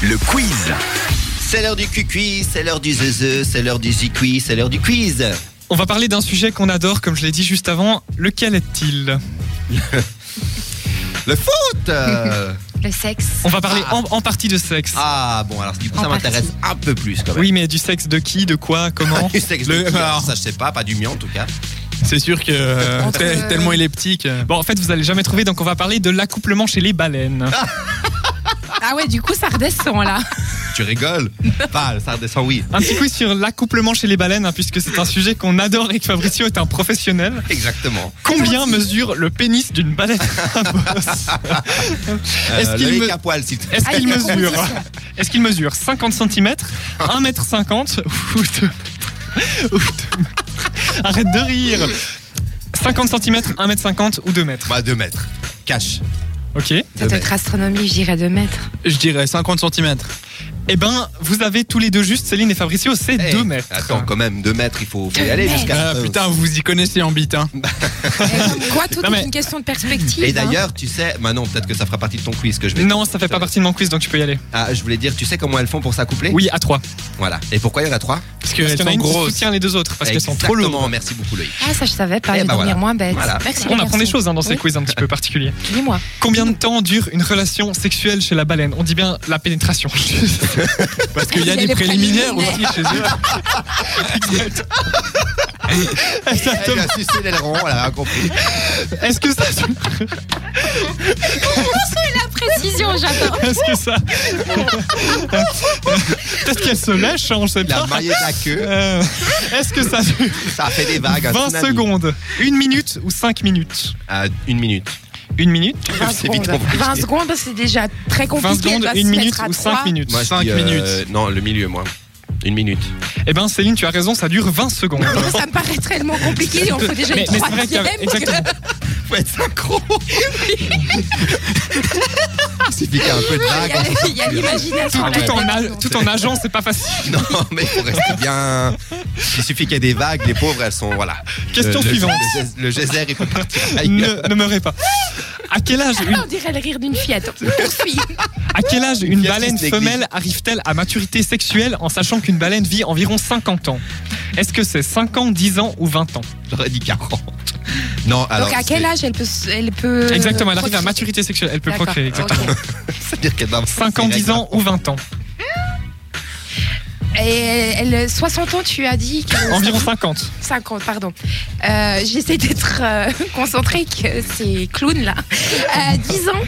le quiz. C'est l'heure du cuicui, c'est l'heure du zeze, c'est l'heure du zicui, c'est l'heure du quiz. On va parler d'un sujet qu'on adore, comme je l'ai dit juste avant. Lequel est-il Le foot euh, Le sexe. On va parler Ah. en, en partie de sexe. Ah bon, alors du coup, ça En m'intéresse un peu plus quand même. oui, mais du sexe de qui, de quoi, comment Du sexe de Le- qui, alors. ça je sais pas, pas du mien en tout cas. C'est sûr que euh, Entre- tel- tellement euh. il est petit que. Bon, en fait, vous allez jamais trouver, donc on va parler de l'accouplement chez les baleines. Ah ouais, du coup, ça redescend là. Tu rigoles Pas, ça redescend, oui. Un petit quiz sur l'accouplement chez les baleines, hein, puisque c'est un sujet qu'on adore et que Fabricio est un professionnel. Exactement. Combien mesure le pénis d'une baleine à bosse Euh, Est-ce qu'il le me- mec à poil, s'il te plaît. Est-ce Ah, qu'il il y a mesure compétition. Est-ce qu'il mesure 50 cm, 1m50 ou deux- ou deux- Arrête de rire 50 cm, 1m50 ou 2 mètres. Bah, 2 mètres. Cash. Ok. Eh Ça doit ben. être astronomie, j'irais de mètres. Je dirais 50 cm. Eh ben, vous avez tous les deux juste, Céline et Fabricio, c'est Eh, 2 mètres. Euh, Attends, quand même, 2 mètres, il faut, faut y Deux aller mètres. jusqu'à. Ah, putain, vous y connaissez en bite, hein. Eh, Quoi, tout Non, mais- est une question de perspective. Et hein. d'ailleurs, tu sais, maintenant peut-être que ça fera partie de ton quiz que je vais. Non, ça fait pas partie de mon quiz, donc tu peux y aller. Ah, je voulais dire, tu sais comment elles font pour s'accoupler Oui, à 3. Voilà. Et pourquoi il y en a trois Parce Parce qu'elles qu'il y en a Eh. sont une qui grosses. soutient les deux autres, parce qu'elles sont trop Exactement, lourdes. Merci beaucoup, Loïc. Ah, ça, je savais pas, Eh je vais ben devenir voilà. moins bête. Voilà. Merci. On apprend des choses hein, dans ces Oui. quiz un petit peu particuliers. moi Combien de temps dure une relation sexuelle chez la baleine On dit bien la pénétration. Parce qu'il y a Il y a des les préliminaires préliminaires. aussi chez eux. Elle a sucé l'aileron, elle a rien compris. Est-ce que ça La précision, j'adore. Est-ce que ça Peut-être qu'elle se lèche, hein, on sait Il a pas. maillé la queue, Euh, Est-ce que ça dure ça a fait des vagues. un 20 tsunami. secondes, 1 minute ou 5 minutes Ah, une minute. 1 minute, 20 C'est vite secondes, compliqué. 20 secondes, c'est déjà très 20 compliqué. secondes, de 1 se minute mettre à ou 5 trois. minutes Moi, je Cinq dis, euh, minutes. Non, le milieu, moi. Une minute. Eh ben Céline, tu as raison, ça dure 20 secondes. Ça me paraît tellement compliqué. On fait déjà Mais- une mais c'est vrai qu'il y a- troisième. exactement. Faut être synchro. Il suffit qu'il y ait un peu de hein. Il y vague. a- il y a Tout, l'imagination. Ah là, tout en, vraiment. a- tout en nageant, c'est pas facile. Non, mais faut rester bien. Il suffit qu'il y ait des vagues, les pauvres, elles sont. Voilà. Question Le- le- suivante. Le, geyser- le geyser, il peut partir. ailleurs. Ne, ne me rêve pas. À quel âge une, On dirait le rire d'une fillette. On poursuit. à quel âge une Une baleine fille assiste femelle arrive-t-elle à maturité sexuelle en sachant qu'une baleine vit environ 50 ans Est-ce que c'est 5 ans, 10 ans ou 20 ans J'aurais dit 40. Non, alors. Donc, à quel âge elle peut. se- Elle peut Exactement, elle arrive à Euh, procréer maturité sexuelle, elle peut D'accord, procréer. exactement. ok. C'est-à-dire qu'elle doit- 5 ans, c'est 10 ans ou 20 ans Et elle, elle- 60 ans, tu as dit que- Environ 50. 50, pardon. Euh, J'essaie d'être euh, concentrée que c'est clown là. Euh, 10 ans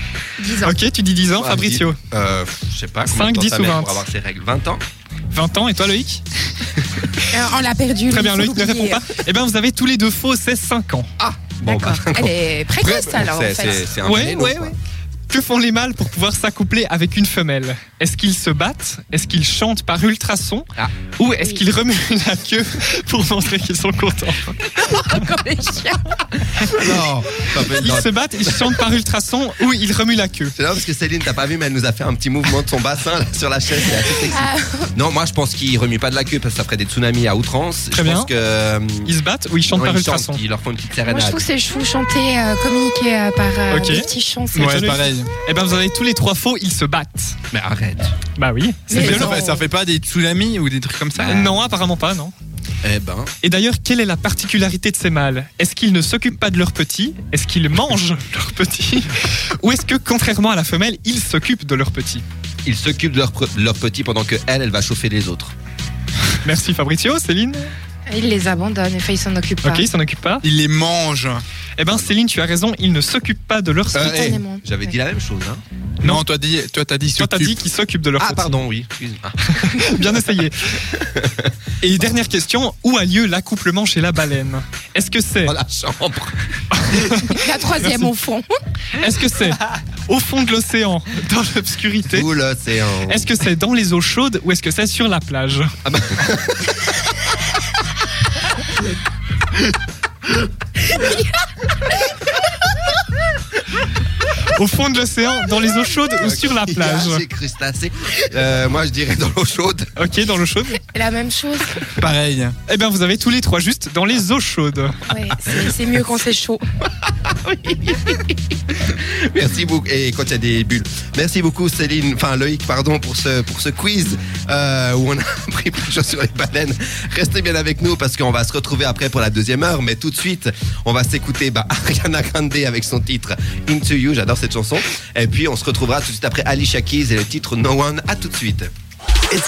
10 ans. Ok, tu dis 10 ans, Ouais, Fabricio. Euh, je sais pas. combien Cinq, de temps dix ça ou met vingt. Pour avoir ses règles. 20 ans 20 ans, et toi Loïc Euh, on l'a perdu. Très lui, bien, il faut Loïc ne répond oublier. pas. Eh bien, vous avez tous les deux faux, c'est 5 ans. D'accord. bah. Elle est précoce Bref, alors en bah, c'est- fait. c'est- c'est un Ouais, vénéno, ouais, quoi. ouais. Que font les mâles pour pouvoir s'accoupler avec une femelle Est-ce qu'ils se battent Est-ce qu'ils chantent par ultrasons Ah. Ou est-ce Oui. qu'ils remuent la queue pour montrer qu'ils sont contents Comme les chiens. Non, ça peut- Ils non. se battent, ils chantent par ultrasons ou ils remuent la queue C'est là parce que Céline, t'as pas vu, mais elle nous a fait un petit mouvement de son bassin là, sur la chaise. C'est assez sexy. Ah. Non, moi je pense qu'il remue pas de la queue parce que ça ferait des tsunamis à outrance. je Très bien. pense que. euh, Ils se battent ou ils chantent non, par ils chantent, ultrasons ils leur font une petite Moi je sérénade. trouve que c'est chou chanter, euh, communiquer euh, par euh, Ok. des petits chants. c'est- Ouais, pareil. Eh bien, vous avez tous les trois faux, ils se battent. Mais arrête. Bah oui, c'est Mais Mais violent. ça, fait- ça fait pas des tsunamis ou des trucs comme ça Bah, Non, apparemment pas, non. Eh ben. Et d'ailleurs, quelle est la particularité de ces mâles Est-ce qu'ils ne s'occupent pas de leurs petits Est-ce qu'ils mangent leurs petits Ou est-ce que, contrairement à la femelle, ils s'occupent de leurs petits Ils s'occupent de leur, pre- leur petit pendant que elle, elle va chauffer les autres. Merci Fabrizio, Céline. Il les abandonne, enfin, il s'en occupe pas. Ok, ils s'en occupent pas. Il les mange. Eh ben, Céline, tu as raison, ils ne s'occupent pas de leurs petits. Euh, eh, Spontanément. J'avais dit la même chose. Hein. Non. Non, toi, dis, toi t'as dit Toi, t'as s'occupe. dit qu'ils s'occupent de leurs Ah petits. pardon, oui. excuse-moi. Bien essayé. Et dernière question, où a lieu l'accouplement chez la baleine Est-ce que c'est Dans la chambre. La troisième au fond. est-ce que c'est au fond de l'océan, dans l'obscurité Tout l'océan. Est-ce que c'est dans les eaux chaudes ou est-ce que c'est sur la plage Au fond de l'océan, dans les eaux chaudes ou sur la plage J'ai crustacé. Euh, moi je dirais dans l'eau chaude. Ok, dans l'eau chaude La même chose. Pareil. Eh bien, vous avez tous les trois juste dans les eaux chaudes. Ouais, c'est- c'est mieux quand c'est chaud. Merci beaucoup. Et quand il y a des bulles. Merci beaucoup Céline, enfin Loïc, pardon, pour ce, pour ce quiz euh, où on a appris plein de choses sur les baleines. Restez bien avec nous parce qu'on va se retrouver après pour la deuxième heure. Mais tout de suite, on va s'écouter bah, Ariana Grande avec son titre Into You. J'adore cette chanson. Et puis on se retrouvera tout de suite après Ali Keys et le titre No One. À tout de suite. Etc.